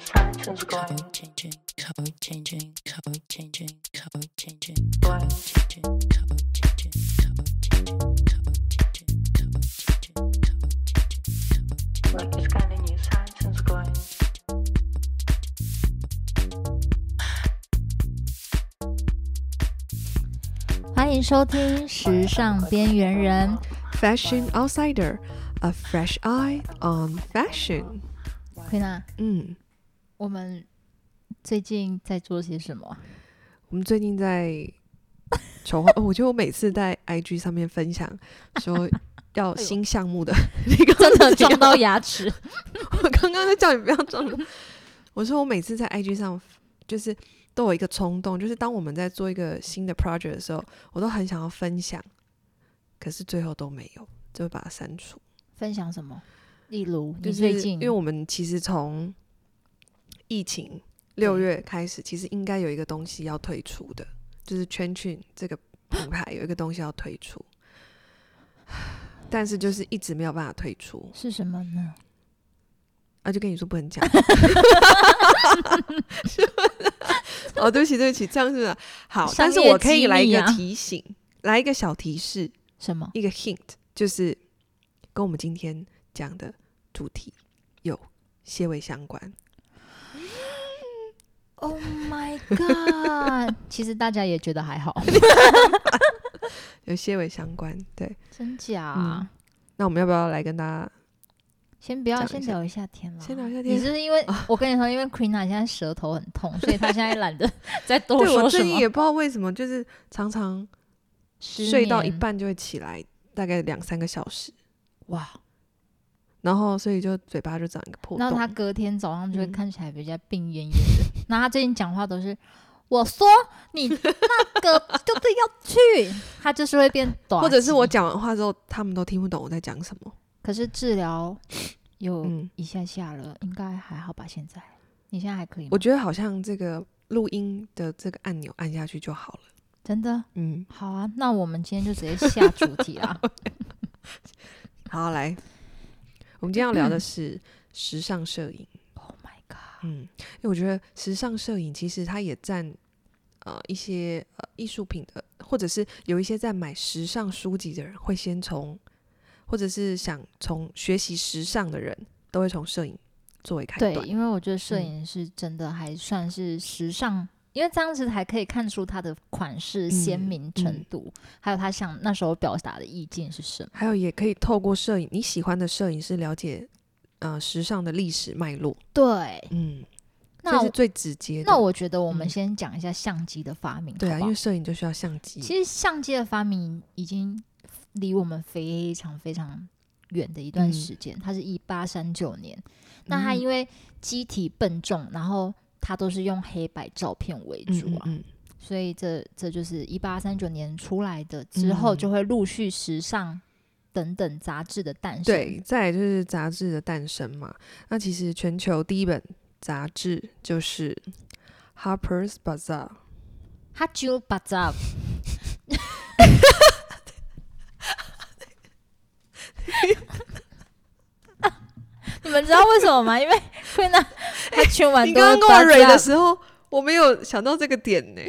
Five turns are going. Code changing, code changing, code changing, code changing, code changing, code changing, code changing, code changing, code changing, code changing, code changing. Like this kind of news, five turns are going. Hello，欢迎收听《时尚边缘人》， Fashion Outsider, a fresh eye on fashion。奎娜。嗯，我们最近在做些什 么啊？我们最近在 筹划、哦，我觉得我每次在 IG 上面分享说要新项目的 那个，真的撞到牙齿。 我刚刚就叫你不要撞。我说我每次在 IG 上就是都有一个冲动，就是当我们在做一个新的 project 的时候，我都很想要分享，可是最后都没有，就会把它删除。分享什么？例如，就你是最近因为我们其实从疫情六月开始，其实应该有一个东西要推出的，就是圈圈这个品牌有一个东西要推出， 但是就是一直没有办法推出，是什么呢？啊，就跟你说不能讲。 是不是哦，对不起，对不起，这样是不是好，商但是业我可机以来一密个啊提醒，来一个小提示，什么？一个 hint，就是跟我们今天讲的主题有些微相关。 Oh my god！其 实大家也觉得还好，有些微相关。对，真假、嗯那我们要不要来跟大家？先不要，讲一先下聊一下天啦。先聊一下天啊你是不是因为我跟你说，因为 Queen 现在舌头很痛，所以她现在懒得 再多对说我什最近么。也不知道为什么，就是常常失睡到一眠，半就会起来，大概两三个小时，哇！然后所以就嘴巴就长一个破然后他洞。隔天早上就会嗯看起来比较病恹恹的。那、他最近讲话都是我说你那 个就是要去，他就是会变短，或者是我。讲完话之后，他们都听不懂我在讲什么。可是治疗有嗯一下下了，应该还好吧？现在你现在还可以吗？我觉得好像这个录音的这个按钮按下去就好了。真的嗯，好啊，那我们今天就直接 下主题啦。Oh 好，来，我们今天要聊 的是时尚摄影。 oh my god！嗯，因为我觉得时尚摄影其实它也占呃一些呃艺术品的，或者是有一些在买时尚书籍的人会先从，或者是想从学习时尚的人都会从摄影作为开对，端。因为我觉得摄嗯影是真的还算是时尚，因为这样子还可以看出它的款式鲜嗯明程嗯度，还有他想那时候表达的意境是什么。还有也可以透过摄影，你喜欢的摄影师了解呃时尚的历史脉络。对，嗯，那这是我最直接的。那我觉得我们嗯先讲一下相机的发明，对好啊，不因好为摄影就需要相机。其实相机的发明已经离我们非常非常远的一段嗯时间，它是一八三九年。那它嗯因为机体笨重，然后它都是用黑白照片为嗯主嗯啊，嗯，所以这这就是一八三九年出来的之嗯后，就会陆续时尚等等杂志的诞生。对，再来就是杂志的诞生嘛。那其实全球第一本杂志就是《Harper's Bazaar》，哈啾巴扎，你们知道为什么 吗？因为会娜他全完你都刚会刚跟我蕊巴扎的时候，我没有想到这个点呢、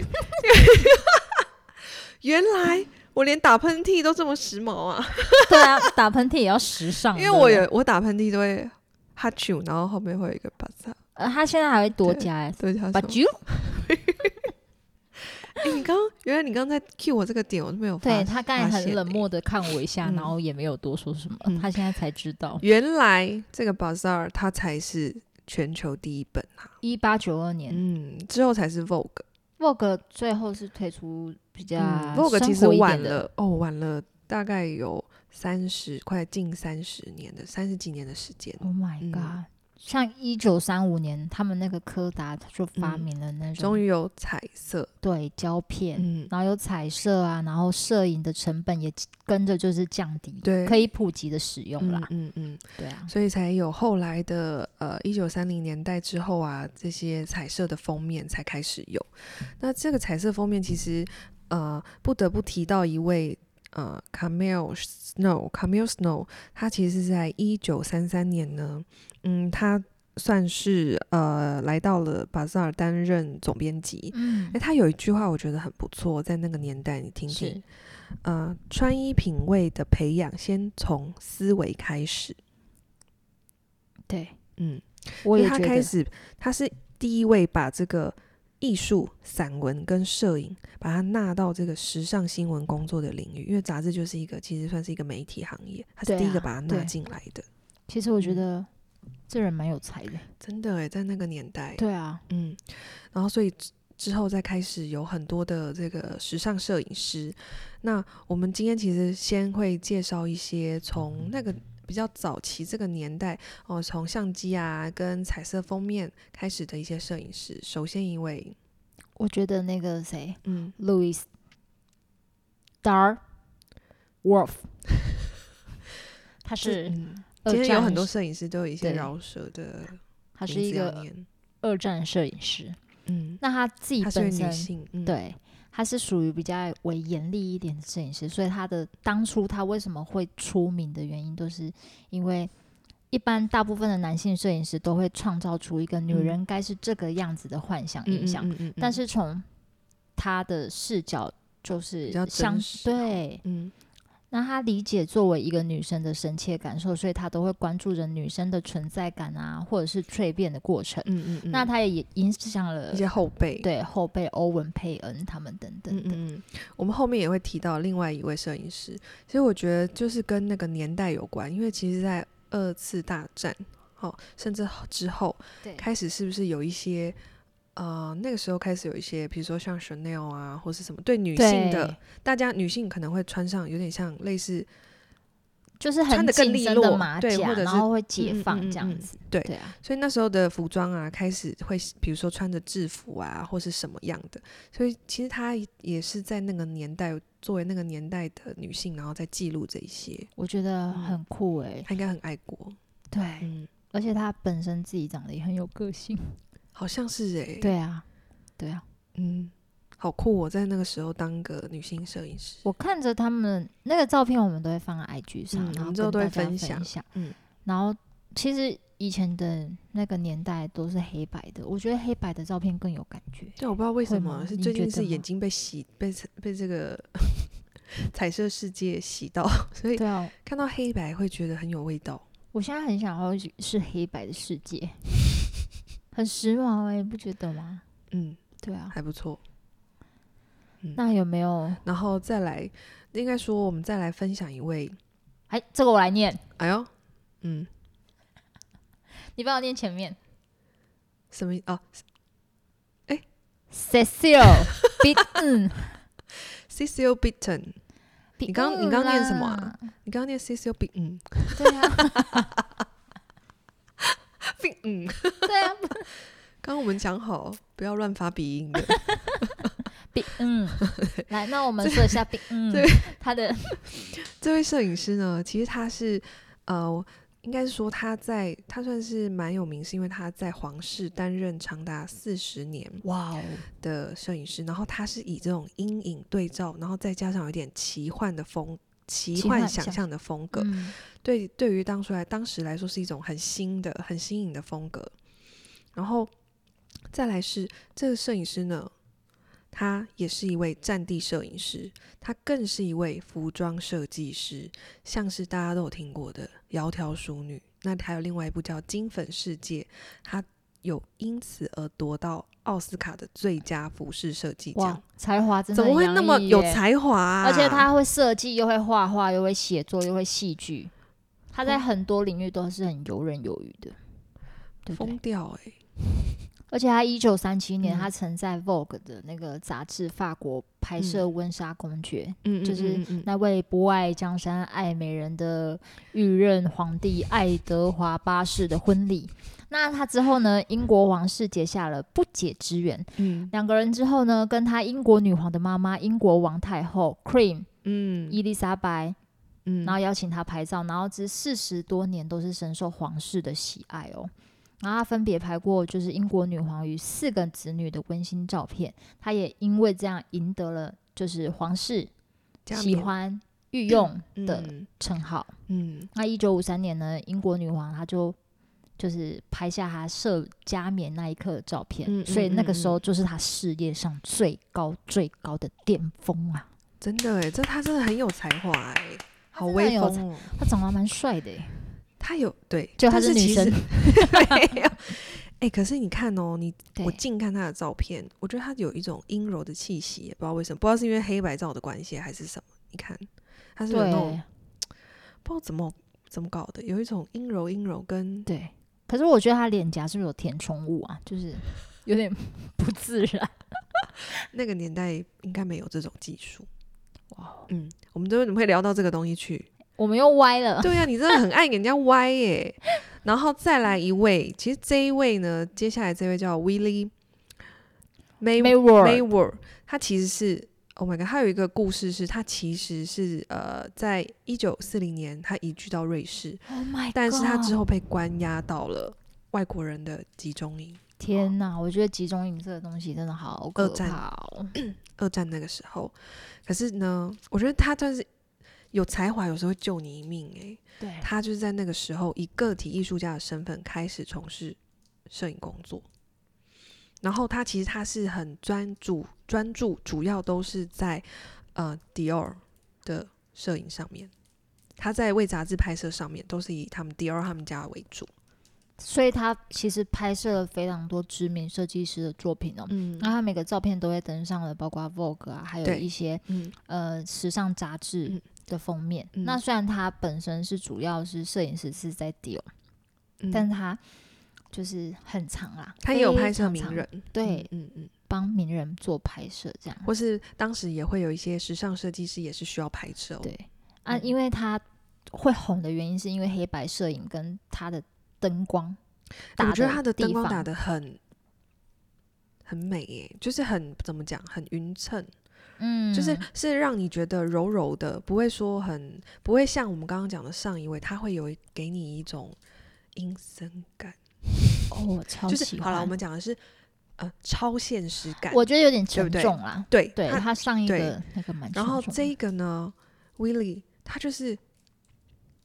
原来我连打喷嚏都这么时髦啊！对啊，打喷嚏也要时尚，因为对不我对有我打喷嚏都会哈啾，然后后面会有一个 bazaar，呃，他现在还会多加哎，对，叫巴什么？啾，哎、你刚原来你刚才 cue 我这个点，我都没有发对他刚才发很现冷欸漠的看我一下，嗯然后也没有多说什么，嗯他现在才知道，原来这个 bazaar 它才是全球第一本啊。一八九二年嗯，之后才是 Vogue。 Vogue 最后是推出比较嗯，Vogue 生其实活一晚点的了哦，晚了大概有三十，快近三十年的三十几年的时间。 Oh my 嗯 god！、像一九三五年，他们那个柯达他就发嗯明了那种、终于有彩色，对胶片，嗯，然后有彩色啊，然后摄影的成本也跟着就是降低，对可以普及的使用啦嗯。嗯嗯，对啊，所以才有后来的呃，一九三零年代之后啊，这些彩色的封面才开始有。那这个彩色封面其实呃，不得不提到一位呃，Camille Snow，Camille Snow，他其实是在一九三三年呢，嗯，他算是呃来到了巴塞尔担任总编辑。嗯哎，，他有一句话我觉得很不错，在那个年代你听听是，，呃，穿衣品味的培养先从思维开始。对，嗯，我因也为他觉开得，始，他是第一位把这个艺术、散文跟摄影，把它纳到这个时尚新闻工作的领域。因为杂志就是一个其实算是一个媒体行业，他是对第一个啊把它纳对进来的。其实我嗯觉得这人蛮有才的。真的欸诶，在那个年代，对啊，嗯，然后所以之之后再开始有很多的这个时尚摄影师。那我们今天其实先会介绍一些从那个比较早期这个年代哦，从相机啊跟彩色封面开始的一些摄影师。首先一位，我觉得那个谁嗯， ，Louis Dar Wolf，他这是嗯二今天有战很多时摄影师都有一些对饶舌的，他是一个念，二战摄影师。嗯，那他自己她是位本女身性，嗯，对，他是属于比较为严厉一点的摄影师，所以他的当初他为什么会出名的原因，都是因为一般大部分的男性摄影师都会创造出一个女嗯人该是这个样子的幻想嗯，影嗯像，，嗯但，嗯是从他的视角就是较真像实对，嗯那他理解作为一个女生的深切感受，所以他都会关注着女生的存在感啊，或者是蜕变的过程。嗯嗯嗯，那他也影响了一些后辈，对后辈欧文佩恩他们等等嗯的。嗯嗯，我们后面也会提到另外一位摄影师。其实我觉得就是跟那个年代有关，因为其实，在二次大战，哦，甚至之后对开始，是不是有一些呃，那个时候开始有一些，比如说像 Chanel 啊，或是什么对女性的对，，大家女性可能会穿上有点像类似就是穿很得更紧利身落的马甲，对或者是然后会解嗯嗯放嗯这嗯样子。对对啊，所以那时候的服装啊，开始会比如说穿着制服啊，或是什么样的，所以其实她也是在那个年代作为那个年代的女性，然后再记录这一些，我觉得很酷诶、她应该很爱国，对，嗯，而且他本身自己长得也很有个性。好像是哎、，对啊，对啊，嗯，好酷、哦！我在那个时候当个女性摄影师，我看着他们那个照片，我们都会放在 IG 上，嗯然我后们之后跟都会大家分分享嗯然后其实以前的那个年代都是黑白的，我觉得黑白的照片更有感觉。对，我不知道为什会么吗是你最觉近得是眼吗睛被洗被被 这个彩色世界洗到， 所以对啊，看到黑白会觉得很有味道。我现在很想要是黑白的世 界，很时髦哎、你不觉得吗？嗯，对啊，还不错。那有没有？然后再来，应该说我们再来分享一位，哎，这个我来念，哎呦，嗯，你帮我念前面什么哦 ，Cecil Big，嗯， ，Cecil Beaton，你刚你刚念什么啊 Big- 嗯啦？你刚刚念 Cecil Beaton，对啊， 嗯，对啊刚刚我们讲好不要乱发鼻音的。 ，Big，嗯， 来，那我们说一下 Big，嗯这，他的这位摄影师呢，其实他是呃，应该是说他在他算是蛮有名，是因为他在皇室担任长达四十年哇哦，的摄影师，然后他是以这种阴影对照，然后再加上有点奇幻的风。奇奇幻幻想想象的风格，嗯对，对于当初来当时来说是一种很新的、很新颖的风格。然后再来是这个摄影师呢，他也是一位战地摄影师，他更是一位服装设计师，像是大家都有听过的《窈窕淑女》，那还有另外一部叫《金粉世界》，他有因此而夺到奥斯卡的最佳服饰设计哇奖。，才华真的怎么会洋那么溢有耶才华啊、而且他会设计，又会画画，又会写作，又会戏剧，他在很多领域都是很游刃有余的，对不疯对？掉哎、而且他一九三七年，嗯他曾在 Vogue 的那个杂志法国拍摄温莎公爵，嗯就嗯是嗯嗯那位不爱江山爱美人的御任皇帝爱德华八世的婚礼。那他之后呢，英国王室结下了不解之缘，嗯两个人之后呢，跟他英国女皇的妈妈、英国王太后 Queen 嗯伊丽莎白嗯然后邀请他拍照，然后这四十多年都是深受皇室的喜爱哦。然后他分别拍过就是英国女皇与四个子女的温馨照片，他也因为这样赢得了就是皇室加喜冕欢御用的嗯称号。嗯那一九五三年呢，英国女皇她就就是拍下他设加冕那一刻的照片，嗯嗯所以那个时嗯候嗯就是他事业上最高最高的巅峰啊！真的哎，这他真的很有才华哎，他真的好很威有风哦。他长得还蛮帅的耶，他有对，就他但是是女其实生 没有。哎、可是你看哦，你对我近看他的照片，我觉得他有一种阴柔的气息，也不知道为什么，不知道是因为黑白照的关系还是什么。你看，他是有那种对不知道怎么怎么搞的，有一种阴柔阴柔跟对。可是我觉得他脸颊是不是有填充物啊？就是有点 不自然。那个年代应该没有这种技术。哇，哦嗯，我们都怎么会聊到这个东西去？我们又歪 了。对呀、啊你真的很爱给人家歪耶。然后再来 一位，其实这一位呢，接下来这位叫 Willie May Mayward Mayward，他其实是 Oh my God，他有一个故事是，他其实是呃，在一九四零年他移居到瑞士， Oh my god！但是他之后被关押到了外国人的集中营。天哪，我觉得集中营这个东西真的好可二战怕 哦。二战那个时候，可是呢，我觉得他算是有才华，有时候会救你一命诶、对，他就是在那个时候以个体艺术家的身份开始从事摄影工作。然后他其实他是很专注，专注主要都是在呃迪奥的摄影上面，他在为杂志拍摄上面都是以他们迪奥他们家为主。所以他其实拍摄了非常多知名设计师的作品哦。嗯那他每个照片都会登上了，包括 Vogue 啊，还有对一些嗯呃时尚杂志嗯的封面。嗯那虽然他本身是主要是摄影师是在 Dior，、嗯但他就是很长啦，他也有拍摄非名常人，对嗯嗯嗯，帮名人做拍摄这样。或是当时也会有一些时尚设计师也是需要拍摄、哦，对啊，嗯因为他会红的原因是因为黑白摄影跟他的灯光打我觉得的他的地灯光打方的很很美耶，就是很怎么讲，很匀称，嗯，就是是让你觉得柔柔的，不会说很不会像我们刚刚讲的上一位，他会有一给你一种阴森感，哦，我超就喜是欢。好了，我们讲的是呃超现实感，我觉得有点对沉不对重啦。对对他他上一对个那个蛮沉重的，然后这一个呢，Willie 他就是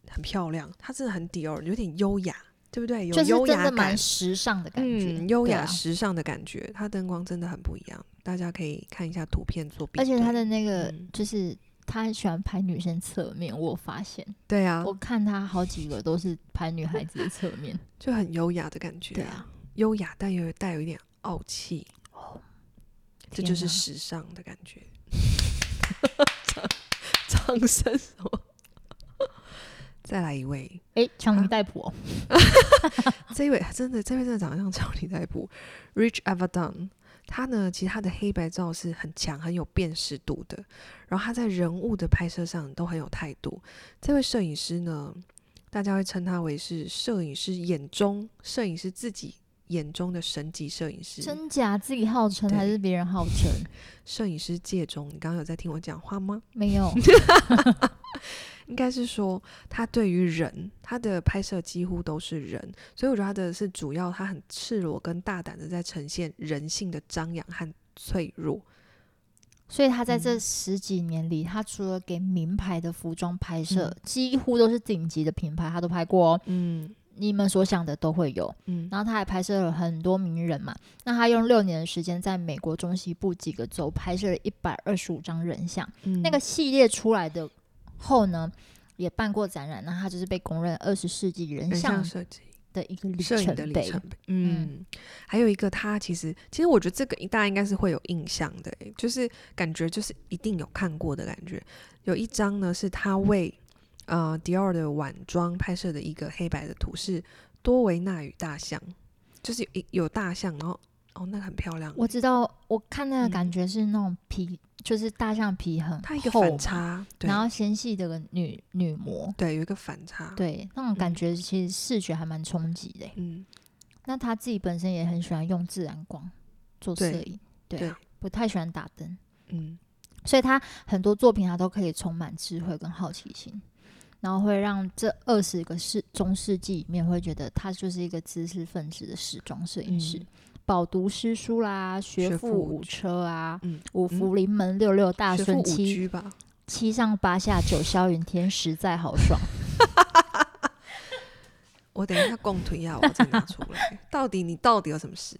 很漂亮，他真的很迪奥，有点优雅，对不对？有就是优真雅的感，蛮时尚的感觉，嗯，优对雅啊时尚的感觉，它灯光真的很不一样，大家可以看一下图片做比对。而且他的那个嗯就是他很喜欢拍女生侧面，我有发现对啊我，看他好几个都是拍女孩子的侧 面，就很优雅的感觉，对啊，优雅但又有带有一点傲气，这就哦天是哪时尚的感觉。 掌掌声什么？ 再来一位，诶，啊强尼戴普哦，这一位啊真的，这位真的长得像超级代步，Rich Avedon。他呢，其实他的黑白照是很强、很有辨识度的，然后他在人物的拍摄上都很有态度。这位摄影师呢，大家会称他为是摄影师眼中、摄影师自己眼中的神级摄影师，真假自己号称对还是别人号称？摄影师界中。你刚刚有在听我讲话吗？没 有，应该是说他对于人，他的拍摄几乎都是人，所以我觉得他的是主要，他很赤裸跟大胆的在呈现人性的张扬和脆弱。所以他在这嗯十几年里，他除了给名牌的服装拍摄，嗯几乎都是顶级的品牌，他都拍过哦。嗯你们所想的都会有，嗯，然后他还拍摄了很多名人嘛。那他用六年的时间，在美国中西部几个州拍摄了一百二十五张人像。嗯那个系列出来的后呢，也办过展览。那他就是被公认二十世纪人人像像设计、的一个里摄影程的里碑。程碑。嗯，还有一个他其实，其实我觉得这个大家应该是会有印象的欸，就是感觉就是一定有看过的感觉。有一张呢是他为呃迪奥的晚装拍摄的一个黑白的图，是多维纳与大象，就是有有大象，然后哦那个很漂亮欸，我知道，我看那个嗯感觉是那种皮，就是大象皮很它一个厚反嘛差，对然后纤细的女女模，对有一个反差，对那种感觉，其实视觉还蛮冲击的欸。嗯那他自己本身也很喜欢用自然光做摄对影，对对啊，不太喜欢打灯，嗯所以他很多作品啊他都可以充满智慧跟好奇心，然后会让这二十个世中世纪里面会觉得他就是一个知识分子的时装摄影师。嗯饱读诗书啦，学学富富五五车啊，嗯，五福临门，六六大学富顺，五七 G 吧， 七上八下，九霄云天，实在豪爽。我等一下共推啊，我再拿出来。到底你到底有什 么事？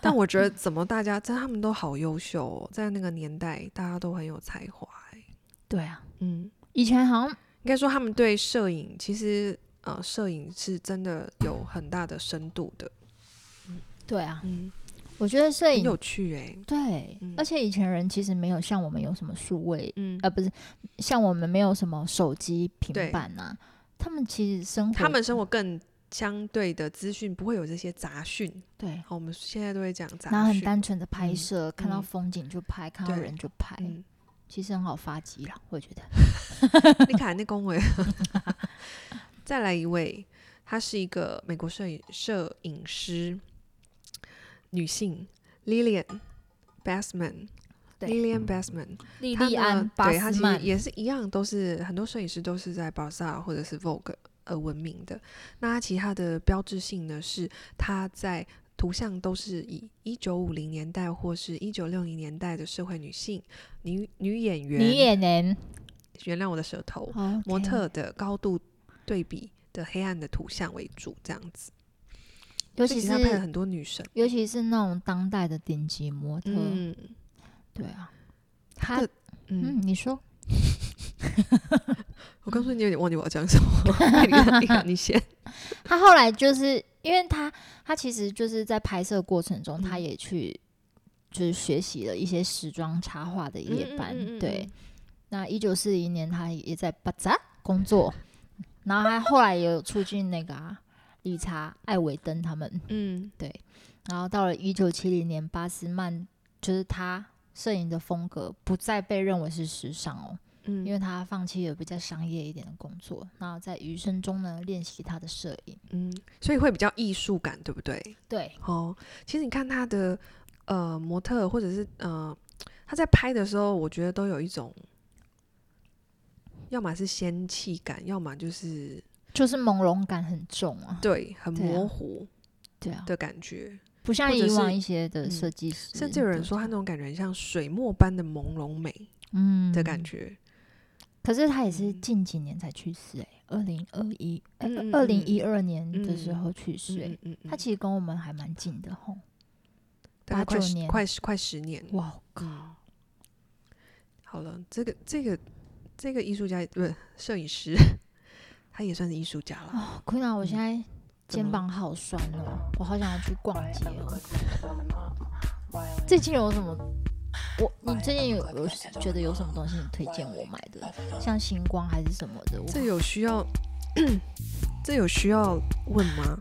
但我觉得怎么大家，真的他们都好优秀、哦，在那个年代大家都很有才华、欸。对啊，嗯，以前好像应该说他们对摄影其实呃，摄影是真的有很大的深度的。对啊，嗯，我觉得摄很影有趣哎、对，嗯而且以前人其实没有像我们有什么数位，嗯，呃，不是像我们没有什么手机、平对板啊，他们其实生活，他们生活更相对的资讯不会有这些杂讯。对，好，我们现在都会讲杂讯。然后很单纯的拍嗯摄，看到嗯风景就拍，看到对人就拍，嗯，其实很好发迹啦，我觉得。你看那恭维。 再来一位，她是一个美国摄影摄影师，女性 Lillian Bassman。对 Lillian Bassman，莉她莉安呢巴对她斯其曼实，也是一样，都是很多摄影师都是在 b a z a 或者是 Vogue 而闻名的。那她其他的标志性呢，是她在图像都是以一九五零年代或是一九六零年代的社会女性女女演员，你也能原谅我的舌头，哦模特的高度对比的黑暗的图像为主，这样子。尤所其以他拍了是很多女神，尤其是那种当代的顶级模特，嗯，对啊，他的嗯，嗯，你说我告诉你，有点忘记我要讲什么，你看你看你先，他后来就是因为他他其实就是在拍摄过程中，他嗯也去就是学习了一些时装插画的 夜班，嗯嗯嗯嗯对。那一九四零年，他也在巴扎工作，然后他后来也有促进那个啊理查艾维登他们，嗯，然后到了一九七零年，巴斯曼就是他摄影的风格不再被认为是时尚哦，嗯，因为他放弃了比较商业一点的工作，那在余生中呢练习他的摄影。嗯，所以会比较艺术感，对不对？对，哦，其实你看他的呃模特，或者是呃他在拍的时候，我觉得都有一种，要么是仙气感，要么就是就是朦胧感很重啊。对很对啊模糊对啊，的感觉。不像或者以往是一些的嗯设计师，甚至有人说他那种感觉很像水墨般的朦胧美嗯的感。觉，可是他也是嗯近几年才去世哎、欸，二零二一，哎嗯嗯嗯二零一二年的时嗯候去世哎、嗯嗯嗯，他其实跟我们还蛮近的吼。大概快89十年快十快十年，哇靠！嗯，好了，这个这个这个艺术家不是摄影师，他也算是艺术家了，哦，坤啊，我现在嗯怎么肩了膀好酸哦，我好想要去逛街哦。 Violin 最近有什么？我你最近有有觉得有什么东西你推荐我买的？像星光还是什么的？我这有需要 这有需要问吗？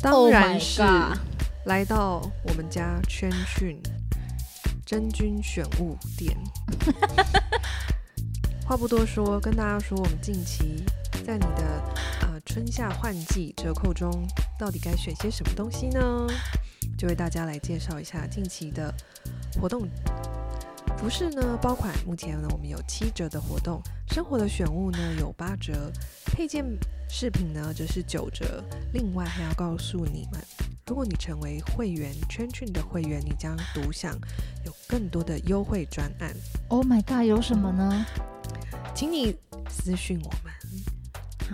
当 Oh 然 my 是 God 来到我们家圈讯真菌选物店。 话不多说，跟大家说，我们近期在你的呃春夏换季折扣中，到底该选些什么东西呢？就为大家来介绍一下近期的活动。服饰呢，包款目前呢我们有七折的活动，生活的选物呢有八折，配件饰品呢则是九折。另外还要告诉你们，如果你成为会员圈圈的会员，你将独享有更多的优惠专案， Oh my god，有什么呢？请你私讯我们，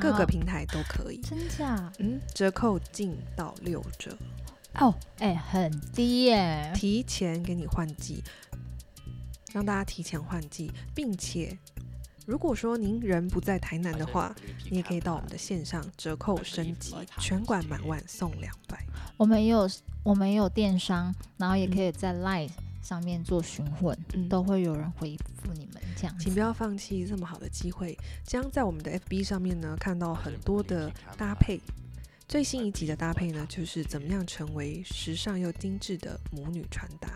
各好个平台都可以。真假？嗯，折扣进到六折，哦，哎、很低耶、提前给你换季，让大家提前换季，并且如果说您人不在台南的话，你也可以到我们的线上折扣升级，全馆满万送两百。我们也有我们也有电商，然后也可以在 Line 上面做询问，嗯都会有人回复你们这样请子。不要放弃这么好的机会，将在我们的 FB 上面呢看到很多的搭配。最新一集的搭配呢，就是怎么样成为时尚又精致的母女穿搭。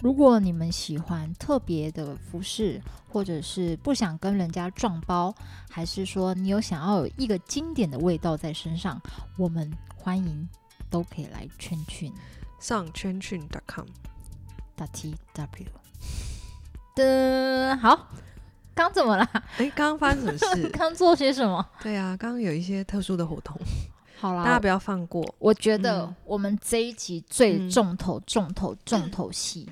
如果你们喜欢特别的服饰，或者是不想跟人家撞包，还是说你有想要有一个经典的味道在身上，我们欢迎都可以来圈圈上圈讯 .com，打 T W。的好，刚怎么啦？哎，刚刚发生什么事？ 刚做些什么？对啊，刚刚有一些特殊的活动，好啦，大家不要放过。我觉得嗯我们这一集最嗯重头、重头、重头戏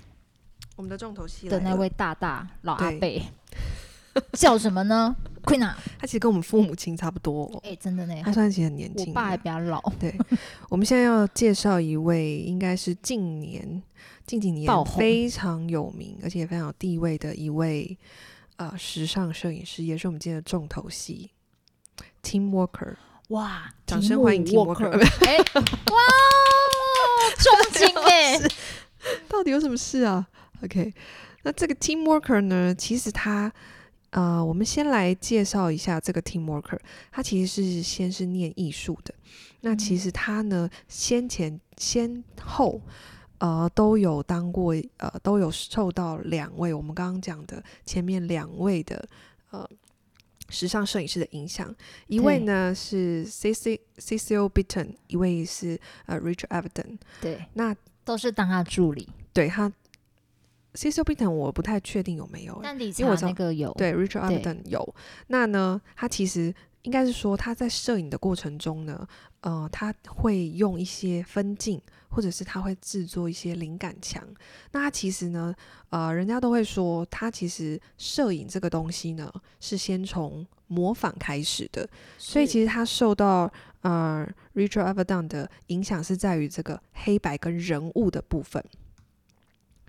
我们的重头戏的来那了位大大老阿对贝 叫什么呢？ Queen 啊，他其实跟我们父母亲差不多哦、哎、真的呢，他算其实很年我轻。爸还比较老，对，我们现在要介绍一位，应该是近年近几年爆红非常有名，而且也非常有地位的一位呃时尚摄影师，也是我们今天的重头戏，Tim Walker。哇，掌声欢迎 Tim Walker 哎、哇哦， 重金哎、到底有什么事啊？OK，那这个 Team Worker 呢，其实他呃，我们先来介绍一下这个 Team Worker，他其实是先是念艺术的，那其实他呢，先前先后。呃，都有当过，呃，都有受到两位我们刚刚讲的前面两位的呃时尚摄影师的影响，一位对呢是 C C C C O Bitton，一位是呃 Richard Avedon。对，那都是当他助理，对他 c c o b i t o n 我不太确定有没有欸、但理因为查我知道那个有，对 Richard 对 Avedon 有。那呢，他其实应该是说他在摄影的过程中呢，呃，他会用一些分镜，或者是他会制作一些灵感墙。那他其实呢，呃，人家都会说他其实摄影这个东西呢，是先从模仿开始的。嗯所以其实他受到呃 Richard Avedon 的影响是在于这个黑白跟人物的部分，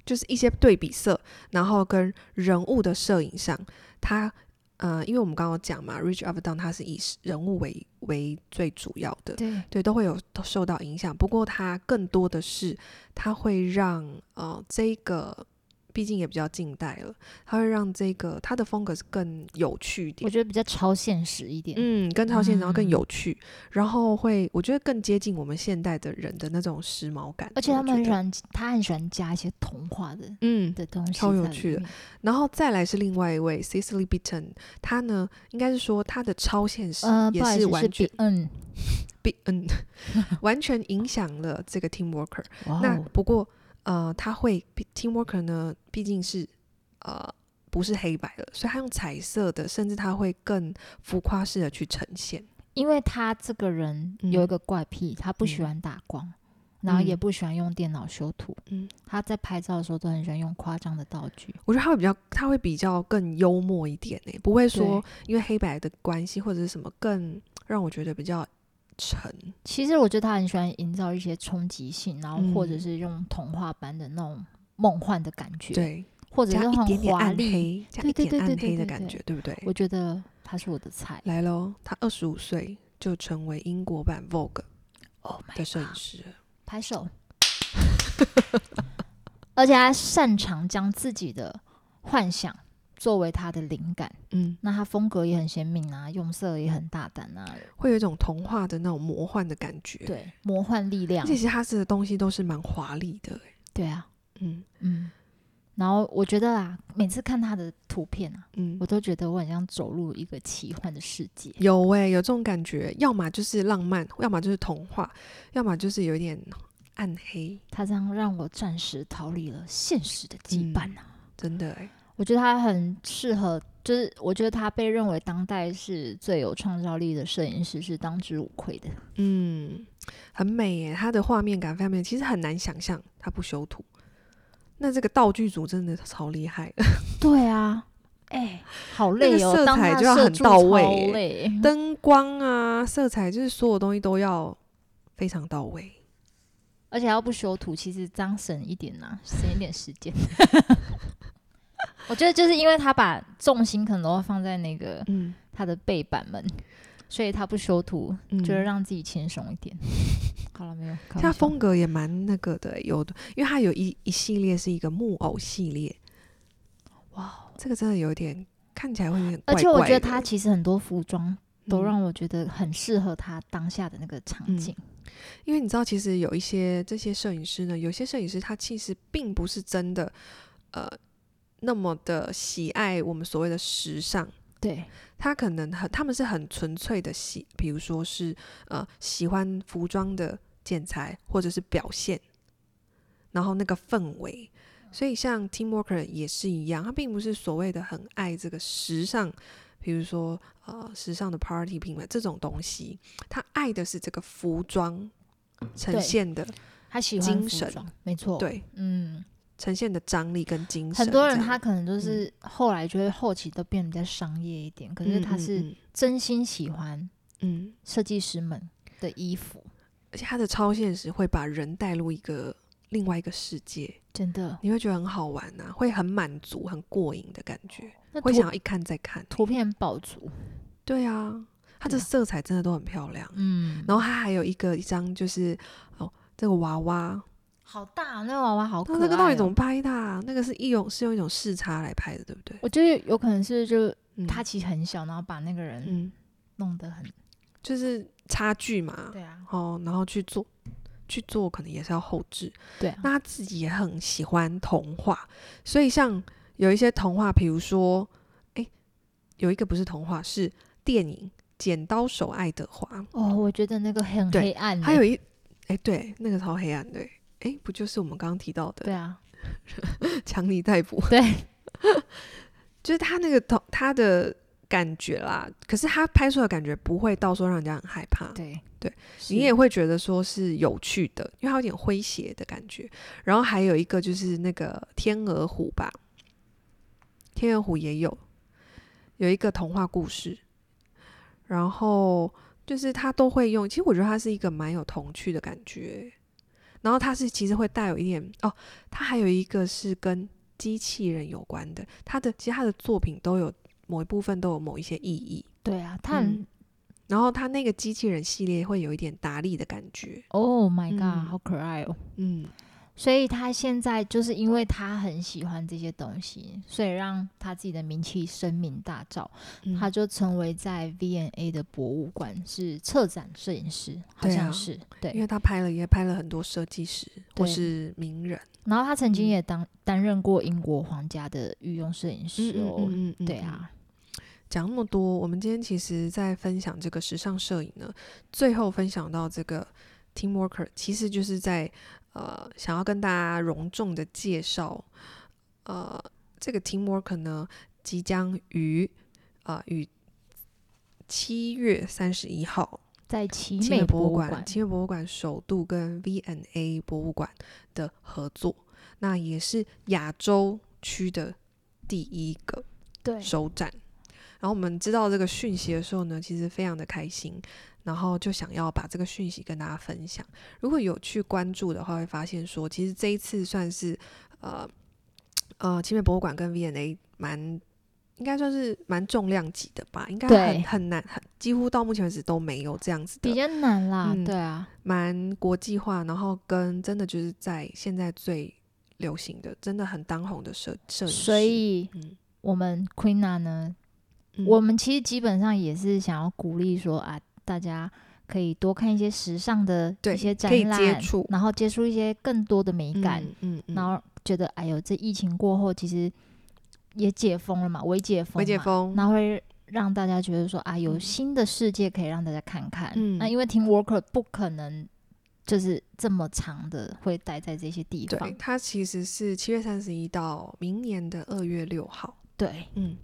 就是一些对比色，然后跟人物的摄影上，他呃，因为我们刚刚有讲嘛，Richard Avedon 他是以人物为为最主要的，对对，都会有都受到影响。不过它更多的是，它会让呃这个，毕竟也比较近代了，它会让这个它的风格是更有趣一点我。觉得比较超现实一点，嗯，更超现实，然后更嗯有趣，然后会我觉得更接近我们现代的人的那种时髦感。而且他我们觉很喜得欢，他很喜欢加一些童话的嗯，的东西，超有趣的。然后再来是另外一位 Cecily Beaton，她呢应该是说她的超现实呃，也不好意思，完是全比嗯，比嗯 完全影响了这个 Team Worker。哇那哦，不过呃，他会 team worker 呢，毕竟是呃不是黑白的，所以他用彩色的，甚至他会更浮夸式的去呈现。因为他这个人嗯有一个怪癖，他不喜嗯欢打光。然后也嗯不喜欢用电脑修图，嗯，他在拍照的时候都很喜欢用夸张的道具，我觉得他会比较，他会比较更幽默一点呢、欸不会说因为黑白的关系或者是什么更让我觉得比较沉。其实我觉得他很喜欢营造一些冲击性，然后或者嗯是用童话般的那种梦幻的感觉，，对，或者加是一点很点华暗丽。黑，加对一对对点暗对黑对对的感对觉，对不对？我觉得他是我的菜。来喽，他二十五岁就成为英国版 Vogue Oh 的 my 摄影 god！师了。拍手。 而且他擅长将自己的幻想作为他的灵感，嗯，那他风格也很鲜明啊，用色也很大胆啊，会有一种童话的那种魔幻的感觉。，对，魔幻力而量且，其实他吃的东西都是蛮华丽的欸、对啊，嗯嗯。然后我觉得啊，每次看他的图片啊，嗯我，都觉得我很像走入一个奇幻的世界。有哎、有这种感觉，要么就是浪漫，要么就是童话，要么就是有一点暗黑，他这样让我暂时逃离了现实的羁绊啊！真的哎、我觉得他很适合，就是我觉得他被认为当代是最有创造力的摄影师，是当之无愧的。嗯，很美耶、它的画面感方面其实很难想象，它不修图。那这个道具组真的超厉害，对啊，哎、好那累个哦，色当彩他就要摄很助到位超耶累灯光啊、色彩，就是所有东西都要非常到位。而且要不修图，其实这样省一点呐、省一点时 间。我觉得就是因为他把重心可能都放在那个嗯，他的背板们，所以他不修图，嗯就是让自己轻松一点。好了，没有？开玩他笑风格也蛮那个的，有的，因为他有一一系列是一个木偶系列，哇！这个真的有点看起来会有点而怪哦怪且的。我觉得他其实很多服装都嗯让我觉得很适合他当下的那个场嗯景。因为你知道，其实有一些这些摄影师呢，有些摄影师他其实并不是真的呃那么的喜爱我们所谓的时尚，对，他可能很他们是很纯粹的喜，比如说是呃喜欢服装的剪裁或者是表现，然后那个氛围。所以像 Team Worker 也是一样，他并不是所谓的很爱这个时尚，比如说呃时尚的 party 品牌这种东西，他爱的是这个服装呈对现的，他喜欢精服神装，没错。，对，嗯，呈现的张力跟精神很这样。嗯多人他可能就是后来就会后期都变得比较商业一点，可是嗯他嗯是嗯真心喜欢嗯设计师们的衣服，而且他的超现实会把人带入一个另外一个世界，真的。你会觉得很好玩呐、会很满足、很过瘾的感觉，那会图想要一看再看。图片爆足，对啊，它对啊的色彩真的都很漂亮。嗯，然后它还有一个一张就是哦，这个娃娃，好大那个娃娃好可爱、那哦这个到底怎么？拍的、啊？那个是一种是用一种视差来拍的，对不对？我觉得有可能是就是嗯他其实很小，然后把那个人嗯，弄得很就是差距嘛，对啊，哦，然后去做去做，可能也是要后置。对啊，那他自己也很喜欢童话，所以像有一些童话，比如说，诶，有一个不是童话，是电影《剪刀手爱德华》，哦，我觉得那个很对黑暗欸，还有一，诶，对，那个超黑暗的，诶，不就是我们刚刚提到的对 啊，强尼逮捕？对，就是他那个童他的感觉啦，可是他拍出来的感觉不会到说让人家很害怕，对对，是你也会觉得说是有趣的，因为它有点诙谐的感觉。然后还有一个就是那个天鹅湖吧，天鹅湖也有有一个童话故事，然后就是它都会用。其实我觉得它是一个蛮有童趣的感觉，然后它是其实会带有一点哦，它还有一个是跟机器人有关的，它的其实它的作品都有某一部分都有某一些意义。对啊，他很嗯然后它那个机器人系列会有一点达利的感觉， Oh my god，、嗯好可爱哦！嗯，所以他现在就是因为他很喜欢这些东西，所以让他自己的名气声名大噪，他它就成为在 V&A 的博物馆是策展摄影师，好像是对,、啊因为他拍了也拍了很多设计师或对是名人，然后他曾经嗯也当担任过英国皇家的御用摄影师哦，嗯嗯对，啊，讲那么多，我们今天其实在分享这个时尚摄影呢，最后分享到这个 team worker，其实就是在呃想要跟大家隆重的介绍，呃，这个 team worker 呢即将于啊、呃、于七月三十一号在奇奇美博物馆，奇美博物馆首度跟 V&A 博物馆的合作，那也是亚洲区的第一个对首展。然后我们知道这个讯息的时候呢，其实非常的开心，然后就想要把这个讯息跟大家分享。如果有去关注的话，会发现说，其实这一次算是呃呃奇美博物馆跟 V&A 蛮。应该算是蛮重量级的吧，应该对很很难，很几乎到目前为止都没有这样子的比较难啦，嗯对啊，蛮国际化，然后跟真的就是在现在最流行的，真的很当红的摄摄影师。所，以嗯，我们 Queena 呢嗯我们其实基本上也是想要鼓励说啊，大家可以多看一些时尚的对一些展可以接览，触然后接触一些更多的美感，嗯，嗯嗯，然后觉得哎呦，这疫情过后其实也解封了嘛，微解封，没解，封，那会让大家觉得说啊，有嗯新的世界可以让大家看看。嗯那因为 Team Worker 不可能就是这么长的会待在这些地方对，，它其实是七月三十一到明年的二月六号，对。嗯，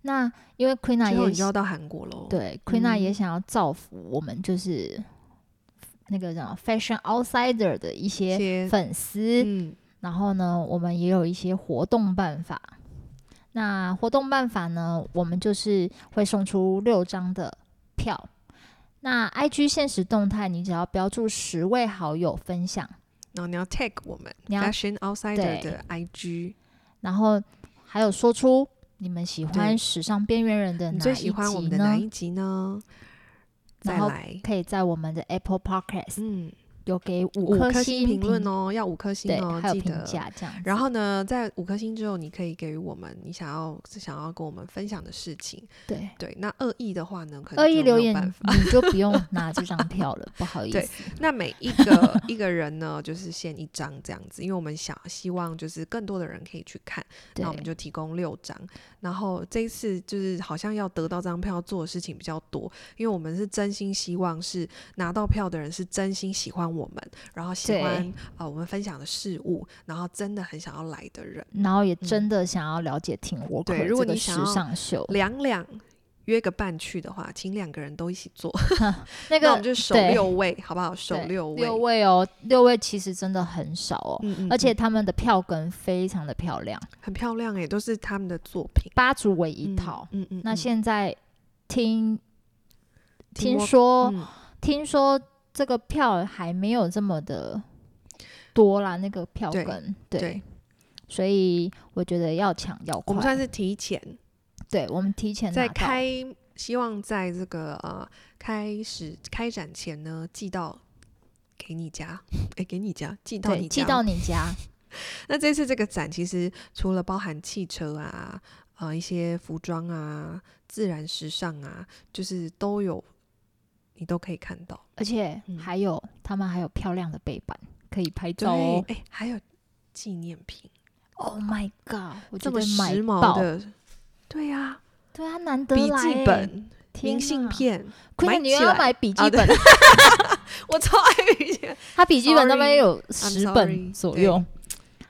那因为 Queena 之后也你就要到韩国喽。，对，Queena 也嗯想要造福我们，就是那个叫 Fashion Outsider 的一一些些粉丝。嗯然后呢，我们也有一些活动办法。那活动办法呢，我们就是会送出六张的票。那 IG 限时动态，你只要标注十位好友分享，然后你要 tag 我们你要 Fashion Outsider 对的 IG，然后还有说出你们喜对欢时尚边缘人的你哪最一集喜欢我们的哪呢一？集呢？再然后来，可以在我们的 Apple Podcast 嗯，有给五五颗星星评论评哦，要五颗星对，哦，还有记评得。价这样子。然后呢，在五颗星之后，你可以给予我们你想要想要跟我们分享的事情。对，对，那恶意的话呢，可能恶意就没有留言办法你就不用拿这张票了，不好意 对思。那每一个一个人呢，就是限一张这样子，因为我们想希望就是更多的人可以去看，对那我们就提供六张。然后这一次就是好像要得到这张票做的事情比较多，因为我们是真心希望是拿到票的人是真心喜欢我们，然后喜对欢啊、呃我们分享的事物，然后真的很想要来的人。然后也真的想要了解听我嗯对如果你的想时要尚秀，两两约个伴去的话，请两个人都一起做，那那我们个就首对六位，好不好？首对六位，六位哦，六位其实真的很少哦，嗯，嗯而且嗯他们的票根非常的漂亮，很漂亮诶，都是他们的作品八组为一嗯套。嗯嗯，那嗯现在听听我说、嗯听说这个票还没有这么的多啦，那个票对根对所以我觉得要抢要快。我们算是提前对我们提前在拿到开，希望在这个呃开始开展前呢，寄到给你家， 诶，给你家，寄到对你寄家。到你家，那这次这个展其实除了包含汽车啊、啊、一些服装啊、自然时尚啊，就是都有，你都可以看到。而且嗯还有、他们还有漂亮的背板可以拍对，照哎哦。、还有纪念品， Oh my god！我觉这得么买时髦爆，的，对呀、对啊，难得笔来记欸，本、天明信哪。片，买 Queen，你起又要来买笔啊记对本， 我超爱笔记本。他笔记本那边 Sorry，有十 sorry，本左对右。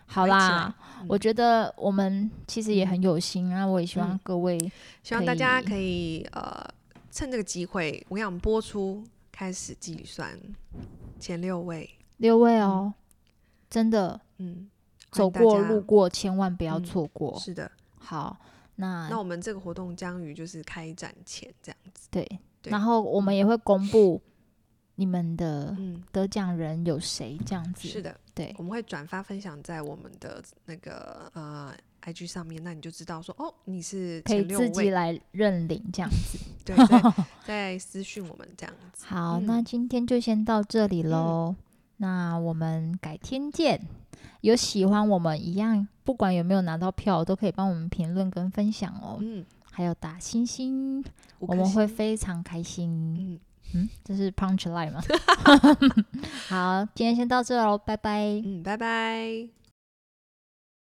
好买起啦来，我嗯觉得我们其实也很有心啊，我也希望嗯各位希望大家可可以呃趁这个机会，我想播出开始计算前六位，六位哦，真的嗯，欢走迎大过家路过千万不要嗯错过。是的。好，那那我们这个活动将于就是开展前这样哦子，对，对然后我们也会公布你们的嗯，得奖人有谁，这样子。是的，对我们会转发分享在我们的那个呃 IG 上面，那你就知道说哦你是可以前六自己位，来认领这 样子。对，在在私讯我们这样子，好，那嗯今天就先到这里喽。那我们改天见。有喜欢我们一样，不管有没有拿到票，都可以帮我们评论跟分享哦，嗯，还有打星星，我五颗们会星非常开心。嗯嗯，这是 punch line 吗？好，今天先到这喽，拜拜。嗯，拜拜。